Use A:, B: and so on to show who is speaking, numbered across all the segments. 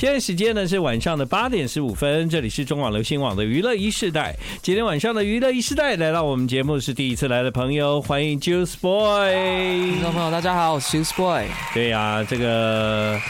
A: 现在时间呢是晚上的八点十五分，这里是中网流行网的娱乐一世代。今天晚上的娱乐一世代来到我们节目是第一次来的朋友，欢迎 Juice
B: 听
A: Boy。
B: 众朋友，大家好，我是 Shoes Boy，
A: 对呀、这个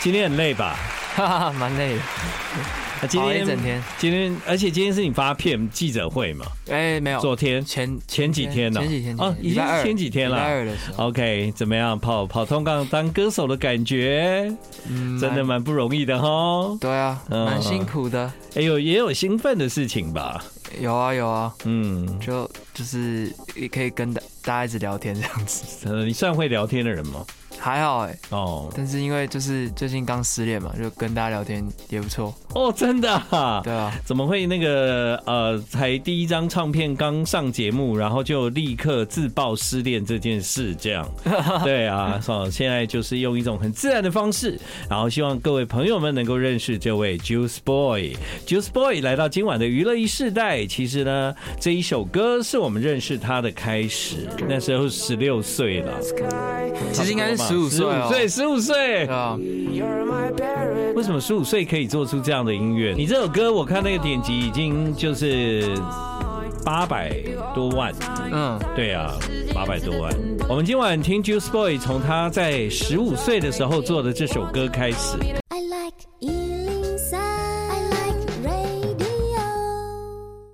A: 今天很累吧？
B: 哈哈，蛮累的，
A: 啊今
B: 跑了一整天。
A: 今天，而且今天是你发片记者会嘛？
B: 哎，没有，
A: 昨天。
B: 前
A: 前几天呢
B: 前几天
A: 哦已经
B: 礼拜二
A: 是前几天了
B: 礼拜二的时候，
A: OK，怎么样？跑跑通告当歌手的感觉，
B: 嗯
A: 真的？蛮不容易的哦。
B: 对啊，
A: 嗯
B: 蛮辛苦的，
A: 哎呦，也有兴奋的事情吧？
B: 有啊有啊，
A: 嗯，
B: 就就是也可以跟大大家一直聊天这样子，
A: 呃你算会聊天的人吗？
B: 还好哎，
A: 哦
B: 但是因为就是最近刚失恋嘛，就跟大家聊天也不错，
A: 哦，真的、啊？
B: 对啊，
A: 怎么会那个呃，才第一张唱片刚上节目，然后就立刻自曝失恋这件事？这 样，对啊，哦，现在就是用一种很自然的方式，然后希望各位朋友们能够认识这位 Juice Boy。Juice Boy 来到今晚的娱乐一世代，其实呢，这一首歌是我们认识他的开始，那时候十六岁了，
B: 其实应该是十五
A: 十
B: 岁
A: 五
B: 哦，
A: 岁，十五岁
B: 对。啊，
A: 为什么十五岁可以做出这样的音乐？你这首歌我看那个点击已经就是八百多万，
B: 嗯，
A: 对啊，八百多万。我们今晚听 Juice Boy 从他在十五岁的时候做的这首歌开始。
C: I like Ealing Sound. I like radio.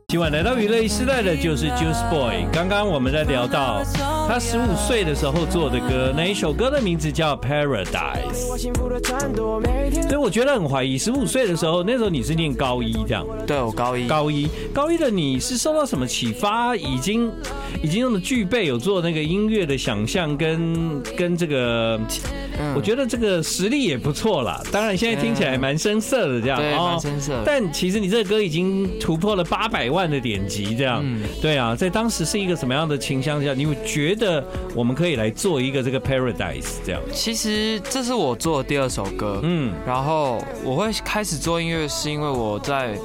A: 今晚来到娱乐一时代的就是 Juice Boy。刚刚我们在聊到他十五岁的时候做的歌，那一首歌的名字叫 Paradise。所以我觉得很怀疑，十五岁的时候，那时候你是念高一这样。
B: 对我高一，
A: 高一，高一的你是受到什么启发？已经已经那么具备有做那个音乐的想象跟跟这个，
B: 嗯
A: 我觉得这个实力也不错啦。当然现在听起来蛮生涩的这样哦
B: 对，蛮深色的，
A: 啊但其实你这个歌已经突破了八百万的点击，这样，
B: 嗯
A: 对啊，在当时是一个什么样的情况下？你会觉得我们可以来做一个这个 Paradise 这样？
B: 其实这是我做的第二首歌，
A: 嗯，
B: 然后我会开始做音乐，是因为我在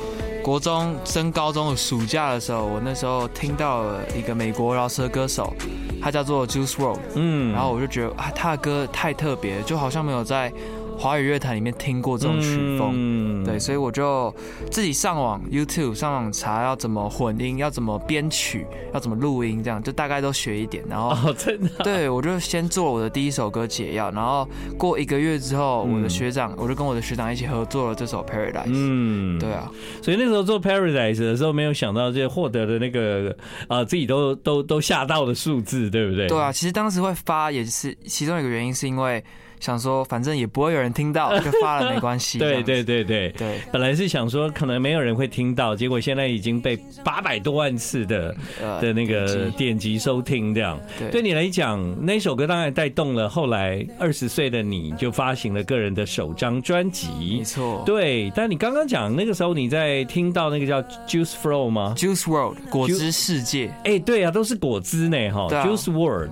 B: 国中升高中的暑假的时候，我那时候听到了一个美国饶舌歌手，他叫做 Juice World，
A: 嗯，
B: 然后我就觉得啊，他的歌太特别，就好像没有在华语乐坛里面听过这种曲风。
A: 嗯
B: 对，所以我就自己上网 YouTube 上网查要怎么混音，要怎么编曲，要怎么录音，这样就大概都学一点。然后
A: 哦，真 的，
B: 对，我就先做我的第一首歌《解药》，然后过一个月之后，
A: 嗯
B: 我的学长，我就跟我的学长一起合作了这首《Paradise》。
A: 嗯
B: 对啊，
A: 所以那时候做 Paradise 的时候，没有想到这获得的那个啊、呃自己都都都吓到的数字，对不对？
B: 对啊，其实当时会发也是其中一个原因，是因为想说反正也不会有人听到，就发了没关 系。
A: 对
B: 这样
A: 对
B: 子
A: 对对。
B: 对，
A: 本来是想说可能没有人会听到，结果现在已经被八百多万次的
B: 呃
A: 的那个
B: 点击
A: 点击收听这样。
B: 对
A: 对你来讲，那首歌当然带动了后来二十岁的你就发行了个人的首张专辑
B: 没。错。
A: 对，但你刚刚讲那个时候你在听到那个叫 Juice Flow 吗？
B: Juice World 果汁世界，
A: 哎、对啊，都是果汁呢，哈、
B: 对啊嗯
A: j u i c e World，、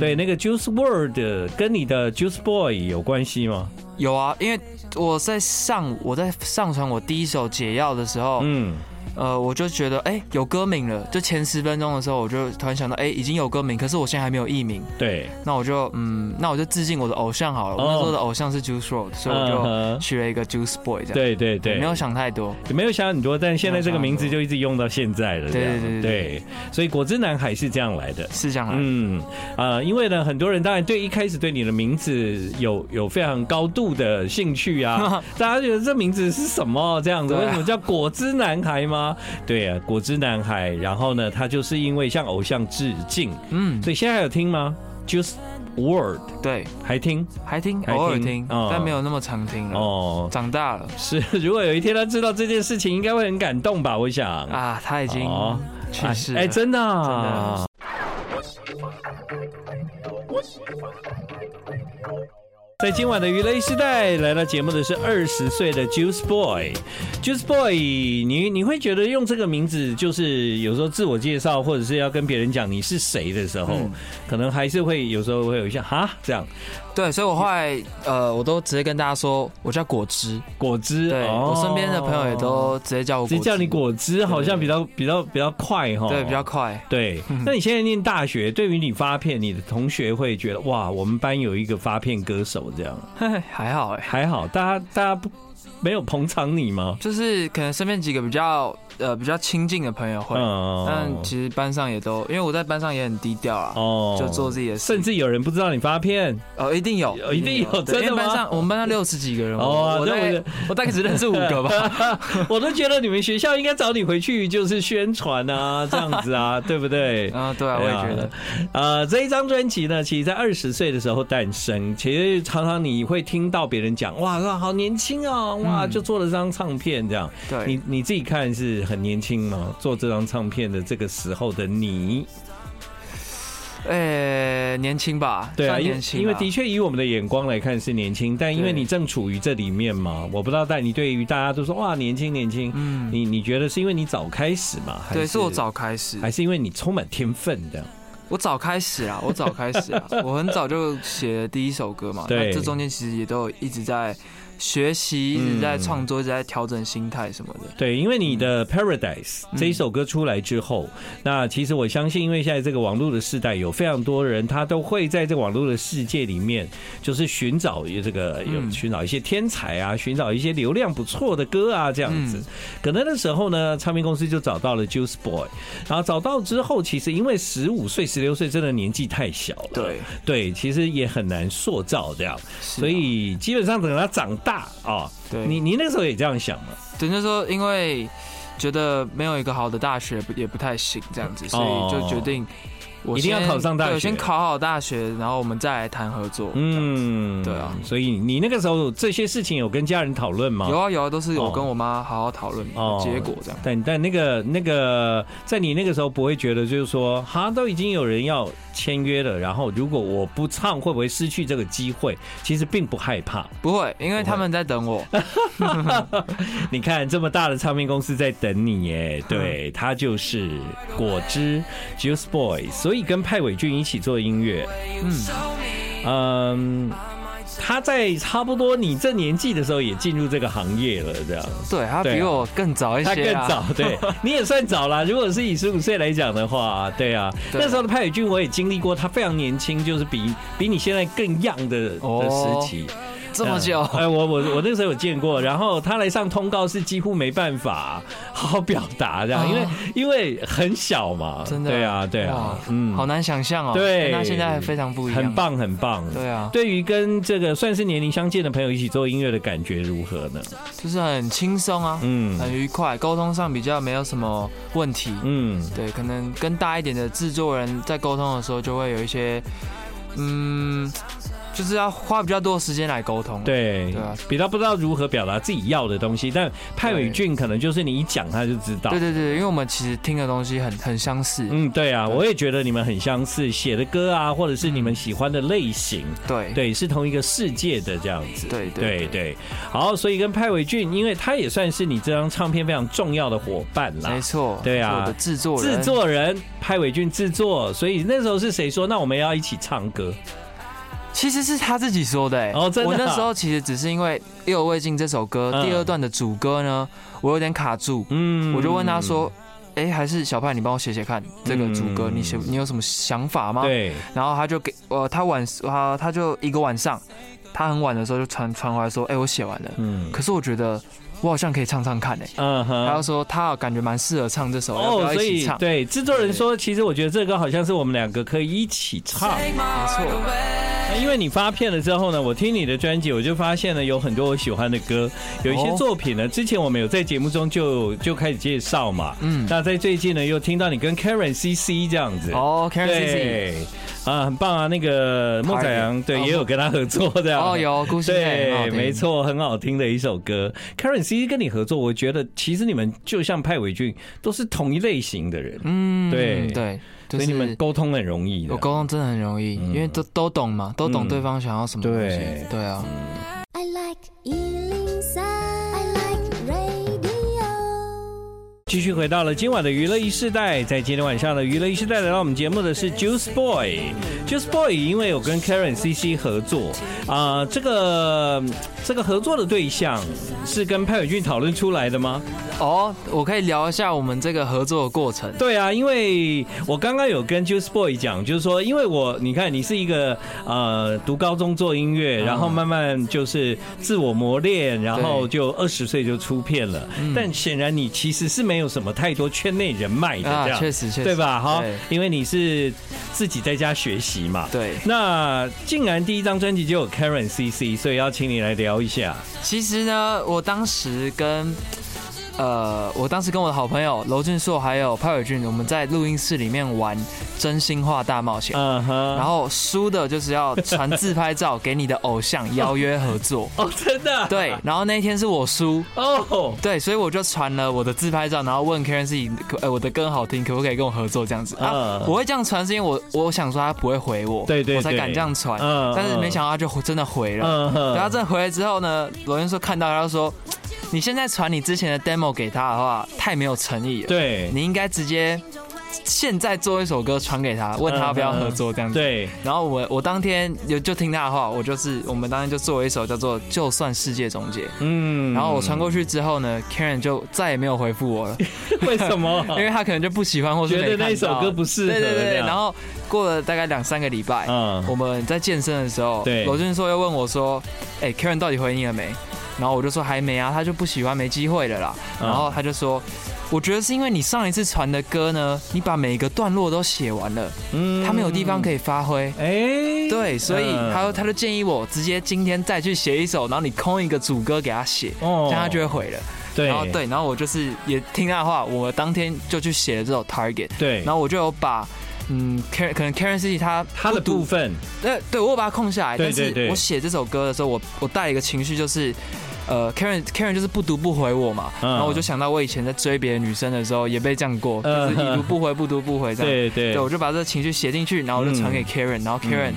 A: 对，那个 Juice World 跟你的 Juice Boy 有关系吗？
B: 有啊，因为我在上我在上传我第一首《解药》的时候，
A: 嗯，
B: 呃，我就觉得哎、有歌名了，就前十分钟的时候，我就突然想到哎、已经有歌名，可是我现在还没有艺名，
A: 对，
B: 那我就嗯，那我就致敬我的偶像好了。
A: 哦
B: 我那时候的偶像是 Juice World，所以我
A: 嗯
B: 就取了一个 Juice Boy 这样。
A: 对对对，
B: 没有想太多。
A: 没有想很多，但现在这个名字就一直用到现在了，
B: 对
A: 这样
B: 对对对
A: 所以果汁男孩是这样来的。
B: 是这样来的。
A: 嗯，啊、因为呢，很多人当然对一开始对你的名字有有非常高度的兴趣 啊，大家觉得这名字是什么这样子？
B: 对啊
A: 为什么叫果汁男孩吗？对啊，果汁男孩。然后呢，他就是因为向偶像致敬，
B: 嗯，
A: 所以现在还有听吗？Just Word
B: 对，
A: 还听
B: 还听，
A: 还听
B: 偶尔听，
A: 哦
B: 但没有那么常听了。
A: 哦，
B: 长大了
A: 是 如果有一天他知道这件事情，应该会很感动吧？我想啊，
B: 啊，他已经
A: 哦
B: 去世了。
A: 哎，真的
B: 真
A: 啊
B: 的。
A: 在今晚的娱乐时代，来到节目的是二十岁的 Juice Boy。Juice Boy，你你会觉得用这个名字，就是有时候自我介绍，或者是要跟别人讲你是谁的时候，可能还是会有时候会有一些哈这样
B: 对，所以我后来呃，我都直接跟大家说，我叫果汁。
A: 果汁。
B: 对、
A: 哦
B: 我身边的朋友也都直接叫我果
A: 直
B: 汁，
A: 接叫你果哦汁，好像比较比较比较快哈。
B: 对，比较快。
A: 对，那你现在念大学，对于你发片，你的同学会觉得哇，我们班有一个发片歌手这样，
B: 嘿嘿还好哎、
A: 还好，大家大家不没有捧场你吗？
B: 就是可能身边几个比较呃比较亲近的朋友会，但
A: 嗯，
B: 其实班上也都，因为我在班上也很低调啊，
A: 哦
B: 就做自己的事，
A: 甚至有人不知道你发片
B: 哦一定有，
A: 有一定有真
B: 对
A: 的
B: 因为班
A: 吗
B: 上我们班上六十几个人，
A: 哦
B: 我我
A: 那
B: 大
A: 我
B: 概
A: 就
B: 我大概只认识五个吧，
A: 我都觉得你们学校应该找你回去就是宣传啊，这样子啊，对不对？
B: 嗯，对啊，我
A: 对
B: 也
A: 啊
B: 觉得，
A: 呃，这一张专辑呢，其实在二十岁的时候诞生。其实常常你会听到别人讲，哇，哇好年轻哦，哇，
B: 嗯
A: 就做了这张唱片这样。
B: 对，
A: 你你自己看是很年轻吗？做这张唱片的这个时候的你，
B: 呃，年轻吧，
A: 对啊，
B: 算
A: 因为
B: 年轻啊
A: 因为的确以我们的眼光来看是年轻，但因为
B: 对
A: 你正处于这里面嘛，我不知道，但你对于大家都说哇年轻年轻，
B: 嗯，
A: 你你觉得是因为你早开始吗？还
B: 对，是我，早开始，
A: 还是因为你充满天分这样？
B: 我早开始啊，我早开 始啊，我很早就写了第一首歌嘛，
A: 对
B: 那这中间其实也都有一直在学习，一直在创作，一直在调整心态什么的。
A: 对，因为你的《Paradise》
B: 嗯
A: 这一首歌出来之后，那其实我相信，因为现在这个网络的时代，有非常多人他都会在这个网络的世界里面，就是寻找这个有
B: 嗯
A: 寻找一些天才啊，寻找一些流量不错的歌啊这样子
B: 嗯。
A: 可能那时候呢，唱片公司就找到了 Juice Boy，然后找到之后，其实因为十五岁、十六岁真的年纪太小了，
B: 对，
A: 对，其实也很难塑造这样，
B: 是
A: 嗯
B: 啊
A: 所以基本上等他长大啊，
B: 对
A: 你你那时候也这样想吗？
B: 对那时候因为觉得没有一个好的大学不也不太行这样子，所以就决定我
A: 哦一定要
B: 先
A: 考上大
B: 对我
A: 学
B: 先考好大学，然后我们再来谈合作。
A: 嗯，
B: 对啊
A: 所以你那个时候这些事情有跟家人讨论吗？
B: 有啊有啊，都是
A: 哦
B: 我跟我妈好好讨论
A: 哦
B: 结果这样。
A: 但但那个那个，在你那个时候不会觉得就是说，哈，都已经有人要签约了，然后如果我不唱，会不会失去这个机会？其实并不害怕。
B: 不会，因为他们在 等我。
A: 你看这么大的唱片公司在等你耶，
B: 嗯
A: 对，他就是果汁 Juice Boy，所以跟派伟俊一起做音乐，
B: 嗯，
A: 嗯，他在差不多你这年纪的时候也进入这个行业了，这样。
B: 对，他
A: 对
B: 比
A: 啊
B: 我更早一
A: 他
B: 些
A: 更
B: 啊。
A: 早，对你也算早啦。如果是以十五岁来讲的话，对啊，
B: 对
A: 那时候的派宇俊我也经历过，他非常年轻，就是比比你现在更样的的
B: 哦
A: 时期。
B: 这么久，
A: 哎，我我我那时候有见过，然后他来上通告是几乎没办法好好表达这样，因为
B: 哦
A: 因为很小嘛，
B: 真的
A: 对啊对啊
B: 哇，
A: 嗯，
B: 好难想象哦。
A: 对，
B: 那现在非常不一样，
A: 很。棒很棒，
B: 对啊，
A: 对于跟这个算是年龄相近的朋友一起做音乐的感觉如何呢？
B: 就是很轻松啊，
A: 嗯
B: 很愉快，沟通上比较没有什么问题。
A: 嗯，
B: 对，可能跟大一点的制作人在沟通的时候，就会有一些，嗯，就是要花比较多的时间来沟通。，
A: 对，
B: 对啊
A: 比较不知道如何表达自己要的东西，但派伟俊可能就是你一讲他就知道
B: 对。对对，因为我们其实听的东西很很相似。
A: 嗯，对啊，
B: 对
A: 我也觉得你们很相似，写的歌啊，或者是你们喜欢的类型，
B: 对
A: 对，是同一个世界的这样子。
B: 对
A: 对对，好，所以跟派伟俊，因为他也算是你这张唱片非常重要的伙伴啦
B: 没。错，
A: 对啊
B: 是我的制作人
A: 制作人派伟俊制作，所以那时候是谁说那我们要一起唱歌？
B: 其实是他自己说的、欸。
A: 哦真的啊
B: 我那时候其实只是因为《意犹未尽》这首歌、
A: 嗯
B: 第二段的主歌呢，我有点卡住，
A: 嗯
B: 我就问他说：“哎、还是小派，你帮我写写看这个主歌，
A: 嗯
B: 你写你有什么想法吗？”。
A: 对，
B: 然后他就给呃，他晚他他就一个晚上，他很晚的时候就传传回来说：“哎、我写完了，
A: 嗯
B: 可是我觉得我好像可以唱唱看哎、
A: 嗯哼，
B: 他就说他感觉蛮适合唱这首，要不要
A: 哦
B: 一
A: 所
B: 起
A: 以
B: 唱？
A: 对制作人说，其实我觉得这个好像是我们两个可以一起唱。
B: 没错，
A: 那因为你发片了之后呢，我听你的专辑，我就发现呢有很多我喜欢的歌，有一些
B: 哦
A: 作品呢，之前我们有在节目中就就开始介绍嘛。
B: 嗯，
A: 那在最近呢，又听到你跟 Karen CC 这样子。
B: 哦，Karen C
A: 对，啊，很棒啊！那个孟宰阳，对，
B: 哦
A: 也有跟他合作这
B: C，
A: 样。
B: 哦，有故事内容很好
A: 啊对，
B: 听
A: 没错，很好听的一首歌。Karen C 跟你合作，我觉得其实你们就像派伟俊，都是同一类型的人，
B: 嗯，
A: 对
B: 对，就
A: 所以
B: 是
A: 你们沟通很容易的
B: 我。沟通真的很容易，因为都都懂嘛，都懂
A: 嗯
B: 对方想要什么东西。
A: 对
B: 对啊，
C: I like Ealing Sound. I like radio.
A: 继续回到了今晚的娱乐一世代，在今天晚上的娱乐一世代，来到我们节目的是 Juice Boy。Juice Boy 因为有跟 Karen CC 合作啊、这个这个合作的对象是跟潘伟俊讨论出来的吗？
B: 哦，我可以聊一下我们这个合作的过程。
A: 对啊，因为我刚刚有跟 Juice Boy 讲，就是说，因为我你看你是一个呃读高中做音乐，然后慢慢就是自我磨练，然后就二十岁就出片了。
B: 嗯
A: 但显然你其实是没有什么太多圈内人脉的，
B: 啊
A: 这样
B: 确实确实
A: 对吧？哈
B: 对，
A: 因为你是自己在家学习嘛。
B: 对，
A: 那竟然第一张专辑就有 Karen CC，所以要请你来聊一下。
B: 其实呢，我当时跟呃，我当时跟我的好朋友娄俊硕还有潘伟俊，我们在录音室里面玩真心话大冒险。
A: 嗯哼，
B: 然后输的就是要传自拍照给你的偶像邀约合 作，
A: 哦，真的啊
B: 对。然后那一天是我输，
A: 哦，
B: 对，所以我就传了我的自拍照，然后问 Karen 自己，呃，我的歌好听，可不可以跟我合作这样子啊
A: 嗯？
B: 我会这样传是因为我我想说他不会回我，
A: 对对
B: 我才
A: 对
B: 敢这样传
A: 嗯，
B: 但是没想到他就回真的回了。
A: 嗯哼
B: 然后这回来之后呢，罗源说看到，他就说：“你现在传你之前的 demo 给他的话，太没有诚意了。
A: 对
B: 你应该直接现在做一首歌传给
A: 嗯
B: 他，问他要不要合作这样子。”。
A: 对。
B: 然后我我当天有就听他的话，我就是我们当天就做了一首叫做《就算世界终结》，
A: 嗯
B: 然后我传过去之后呢，Karen 就再也没有回复 我了，
A: 为什么？
B: 因为他可能就不喜欢或是
A: 觉得
B: 没看到
A: 那首歌不适合
B: 对对
A: 这
B: 对，
A: 样
B: 然后过了大概两三个礼拜，
A: 嗯
B: 我们在健身的时候，
A: 对
B: 罗俊硕又问我说：“哎、k a r e n 到底回你了没？”然后我就说还没啊，他就不喜欢，没机会了啦。
A: 嗯
B: 然后他就说：“我觉得是因为你上一次传的歌呢，你把每一个段落都写完了，
A: 嗯
B: 他没有地方可以发挥。”
A: 哎、
B: 对，所以
A: 嗯
B: 他他就建议我直接今天再去写一首，然后你空一个主歌给他写，
A: 哦
B: 这样他就会毁了。
A: 对
B: 然后对，然后我就是也听他的话，我当天就去写了这首 Target，
A: 对，
B: 然后我就有把嗯，Karen 可能 Karen City 他
A: 他的部分
B: 呃，对我有把它空下来，
A: 对
B: 但是
A: 对对
B: 我写这首歌的时候，我我带了一个情绪就是。呃，Karen Karen 就是不读不回我嘛，
A: 嗯
B: 然后我就想到我以前在追别的女生的时候也被这样过，就
A: 嗯
B: 是已读不回不读不回这样。
A: 对对嗯
B: 对，我就把这个情绪写进去，然后我就传给 Karen，、然后 Karen、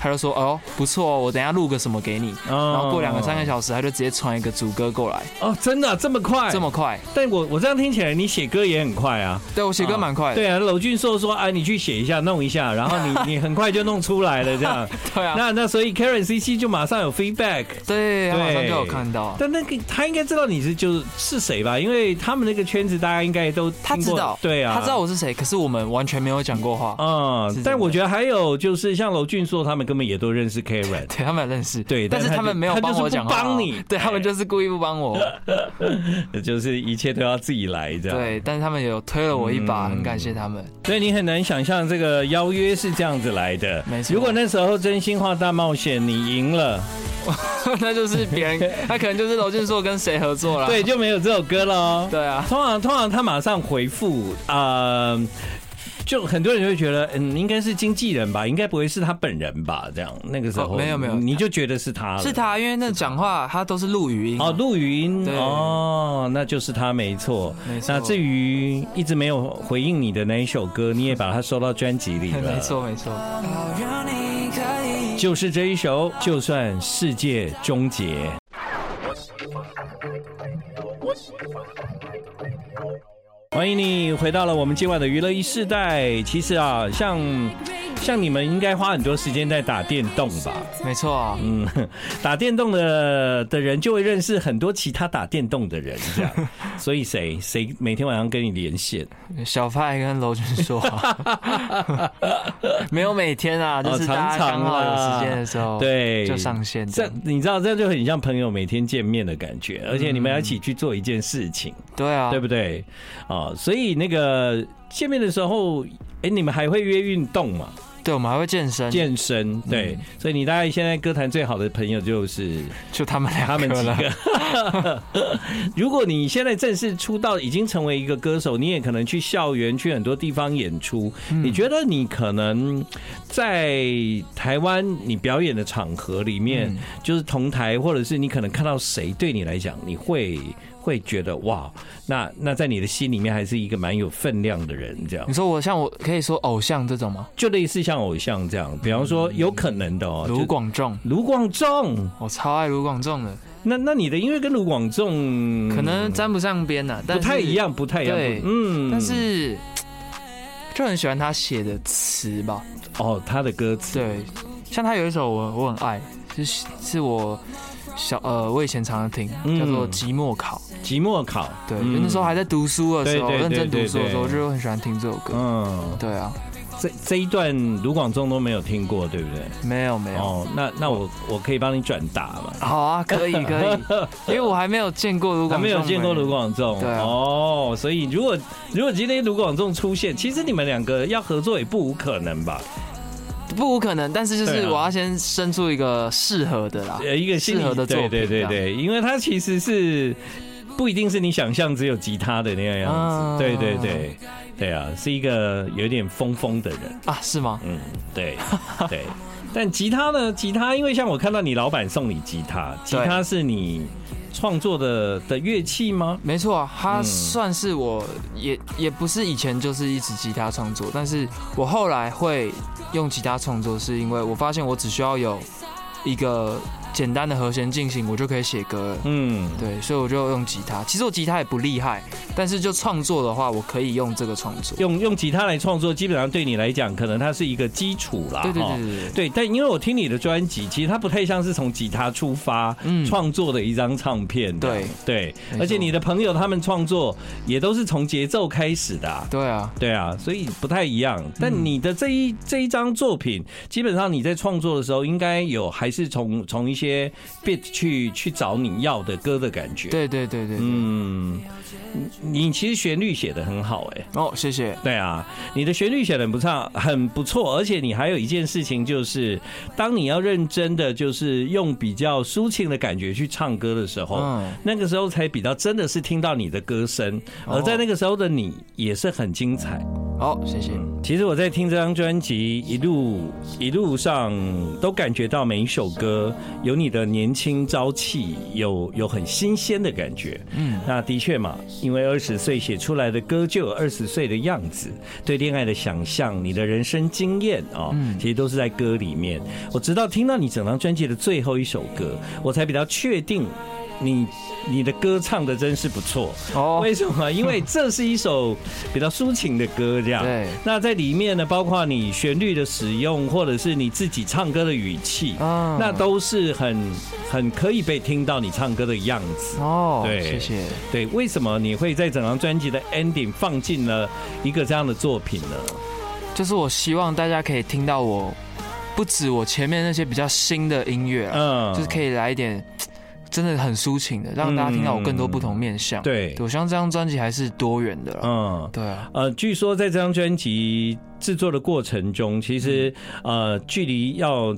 B: 他就说，哦，不错哦，我等一下录个什么给你，然
A: 然
B: 后过两个三个小时，他就直接传一个主歌过来，
A: 哦，真的啊、这么快？
B: 这么快？
A: 但我我这样听起来，你写歌也很快啊。
B: 对我写歌蛮快的，
A: 对啊，娄俊硕说：“啊，你去写一下，弄一下，然后 你你很快就弄出来了，这样。
B: 对啊，
A: 那那所以 Karen CC 就马上有 feedback，
B: 对，他马上
A: 对
B: 就有看到，
A: 但那个他应该知道你是就是是谁吧？因为他们那个圈子大家应该都听
B: 他知
A: 过
B: 道，
A: 对啊，
B: 他知道我是谁，可是我们完全没有讲过话，
A: 啊、
B: 是
A: 但
B: 真的
A: 我觉得还有就是像娄俊硕他们根本也都认 识 Karen，
B: 对他们认识，
A: 对
B: 但是
A: 但他就
B: 他们没有帮我讲话
A: 他就是不帮你啊
B: 对他们就是故意不帮我，
A: 就是一切都要自己来这样。，
B: 对，但是他们有推了我一
A: 嗯
B: 把，很感谢他们。
A: 所以你很难想象这个邀约是这样子来的。
B: 没错
A: 如果那时候真心话大冒险你赢了，
B: 那就是别人，他可能就是娄俊硕跟谁合作了，
A: 对，就没有这首歌了哦。
B: 啊对啊，
A: 通常通常他马上回复，呃，就很多人就会觉得，嗯，应该是经纪人吧，应该不会是他本人吧？这样那个时候、
B: 哦没有没有
A: 你就觉得是他了，
B: 是他，因为那讲话他都是录语音，
A: 哦，录语音
B: 嗯对
A: 哦，那就是他没错。
B: 没错
A: 那至于一直没有回应你的那一首歌，你也把它收到专辑里了。
B: 没，错没错。
A: 就是这一首，就算世界终结。欢迎你回到了我们今晚的娱乐一世代。其实啊，像像你们应该花很多时间在打电动吧？
B: 没错，啊
A: 嗯， 打电动的的人就会认识很多其他打电动的人，这 样。所以谁谁每天晚上跟你连线？
B: 小派跟娄俊 硕，没有每天
A: 哦
B: 啊，就是大家刚好有时间的时候，
A: 对，
B: 哦就上线这
A: 这
B: 样。
A: 你知道，这就很像朋友每天见面的感觉，而且你们要一起去做一件事情，
B: 对啊，
A: 对不对？啊、所以那个见面的时候，哎，你们还会约运动嘛？
B: 对，我们还会健身，
A: 健身，对。
B: 嗯
A: 所以你大概现在歌坛最好的朋友就是
B: 就他们俩，
A: 他们几个。 如果你现在正式出道，已经成为一个歌手，你也可能去校园、去很多地方演出。
B: 嗯
A: 你觉得你可能在台湾你表演的场合里面，
B: 嗯
A: 就是同台，或者是你可能看到谁，对你来讲，你会会觉得哇，那那在你的心里面还是一个蛮有分量的人，这样
B: 你说我像我可以说偶像这种吗？
A: 就类似像偶像这样，比方说有可能的哦、就
B: 嗯卢广仲，
A: 卢广仲。
B: 我超爱卢广仲的。
A: 那那你的音乐跟卢广仲
B: 可能沾不上边呐，但
A: 嗯不
B: 是
A: 太一，样，不太一样。
B: 对
A: 不嗯
B: 但是就很喜欢他写的词吧。
A: 哦，他的歌词，
B: 对，像他有一首我我很爱，就是是我小呃我以前常常听，
A: 嗯
B: 叫做《期末考》。
A: 寂寞考，
B: 对，
A: 嗯
B: 就那时候还在读书的时候，
A: 对对
B: 认
A: 对
B: 真读书的时候，
A: 对对
B: 就很喜欢听这首歌。
A: 嗯，
B: 对啊，
A: 这这一段卢广仲都没有听过，对不对？
B: 没有没有。
A: 哦，那那我我可以帮你转达嘛？
B: 好啊，可以可以， 因为我还没有见过卢
A: 还
B: 广仲，
A: 没有见过卢广仲
B: 对啊
A: 哦，所以如果如果今天卢广仲出现，其实你们两个要合作也不无可能吧？
B: 不无可能，但是就
A: 对
B: 是
A: 啊
B: 我要先生出一个适合的啦。
A: 呃，一个心理
B: 适合的作
A: 对对
B: 品
A: 对对，因为它其实是不一定是你想象只有吉他的那个样子，
B: 啊
A: 对对对对啊，是一个有点疯疯的人，
B: 啊，是吗？
A: 嗯，对对。 但吉他呢？吉他，因为像我看到你老板送你吉他，吉
B: 对
A: 他是你创作的的乐器吗？
B: 没错啊，它
A: 嗯
B: 算是我、也也不是以前就是一直吉他创作，但是我后来会用吉他创作，是因为我发现我只需要有一个简单的和弦进行，我就可以写歌了。
A: 嗯，
B: 对，所以我就用吉他。其实我吉他也不厉害，但是就创作的话，我可以用这个创作。
A: 用用吉他来创作，基本上对你来讲，可能它是一个基础啦。
B: 对对
A: 哈
B: 对对对，
A: 对但因为我听你的专辑，其实它不太像是从吉他出发
B: 嗯
A: 创、作的一张唱片的。
B: 对
A: 对，
B: 没错
A: 而且你的朋友他们创作也都是从节奏开始的、啊。
B: 对啊，
A: 对啊，所以不太一样。
B: 嗯
A: 但你的这一这一张作品，基本上你在创作的时候，应该有还是从从一些 beat 去去找你要的歌的感觉。，
B: 对对对对对。
A: 嗯，你你其实旋律写的很好、哎。
B: 哦，谢谢。
A: 对啊，你的旋律写的很不差，很不错，而且你还有一件事情就是，当你要认真的，就是用比较抒情的感觉去唱歌的时候，
B: 嗯
A: 那个时候才比较真的是听到你的歌声，而在那个时候的你也是很精彩。
B: 哦，谢谢。
A: 其实我在听这张专辑一路一路上都感觉到每一首歌有你的年轻朝气，有有很新鲜的感觉。嗯，那的确嘛，因为二十岁写出来的歌就有二十岁的样子，对恋爱的想象，你的人生经验啊、其实都是在歌里面。我直到听到你整张专辑的最后一首歌，我才比较确定你你的歌唱的真是不错。
B: 哦，
A: 为什么？因为这是一首比较抒情的歌，这样。
B: 对
A: 啊那在里面呢，包括你旋律的使用，或者是你自己唱歌的语气，
B: 啊
A: 那都是很很可以被听到你唱歌的样子。
B: 哦，
A: 对
B: 谢谢。
A: 对，为什么你会在整张专辑的 ending 放进了一个这样的作品呢？
B: 就是我希望大家可以听到我，不止我前面那些比较新的音乐啊，
A: 嗯，
B: 就是可以来一点真的很抒情的，让大家听到我更多不同面相。
A: 嗯对
B: 对，我希望这张专辑还是多元的啦。
A: 嗯。
B: 对啊，
A: 呃，据说在这张专辑制作的过程中，其实、
B: 嗯
A: 呃，距离要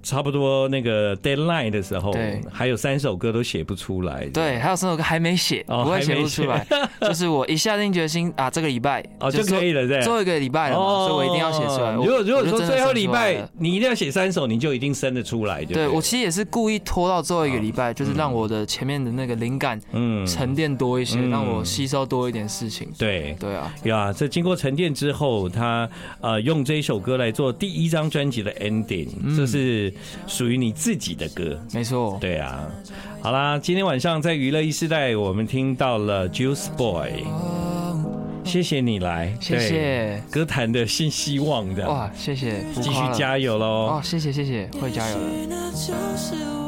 A: 差不多那个 deadline 的时候
B: 对，
A: 还有三首歌都写不出来。
B: 对，还有三首歌还没写，
A: 哦
B: 不会写
A: 还没
B: 不出来， 就是我一下定决心啊，这个礼拜
A: 哦，就可以了，对。哦
B: 最后一个礼拜了嘛，所以我一定要写出来。我
A: 如果如
B: 我
A: 果
B: 就
A: 说
B: 真的
A: 最后
B: 生出
A: 礼
B: 来
A: 拜
B: 了
A: 你一定要写三首，你就一定生得出来，对不
B: 对我其实也是故意拖到最后一个礼拜，就是让我的前面的那个灵感
A: 嗯，
B: 沉淀多一些，
A: 嗯
B: 让我吸收多一点事情。
A: 对。
B: 对啊，
A: 呀，这经过沉淀之后，他呃用这一首歌来做第一张专辑的 ending，、这
B: 嗯
A: 是属于你自己的歌。
B: 没错。
A: 对啊，好啦，今天晚上在娱乐一时代，我们听到了 Juice Boy，谢谢你来，
B: 谢
A: 对
B: 谢，
A: 歌坛的新希望的，
B: 哇，谢谢，浮
A: 继续
B: 夸了
A: 加油喽！
B: 哦，谢谢谢谢，会加油的。
D: 那就是我。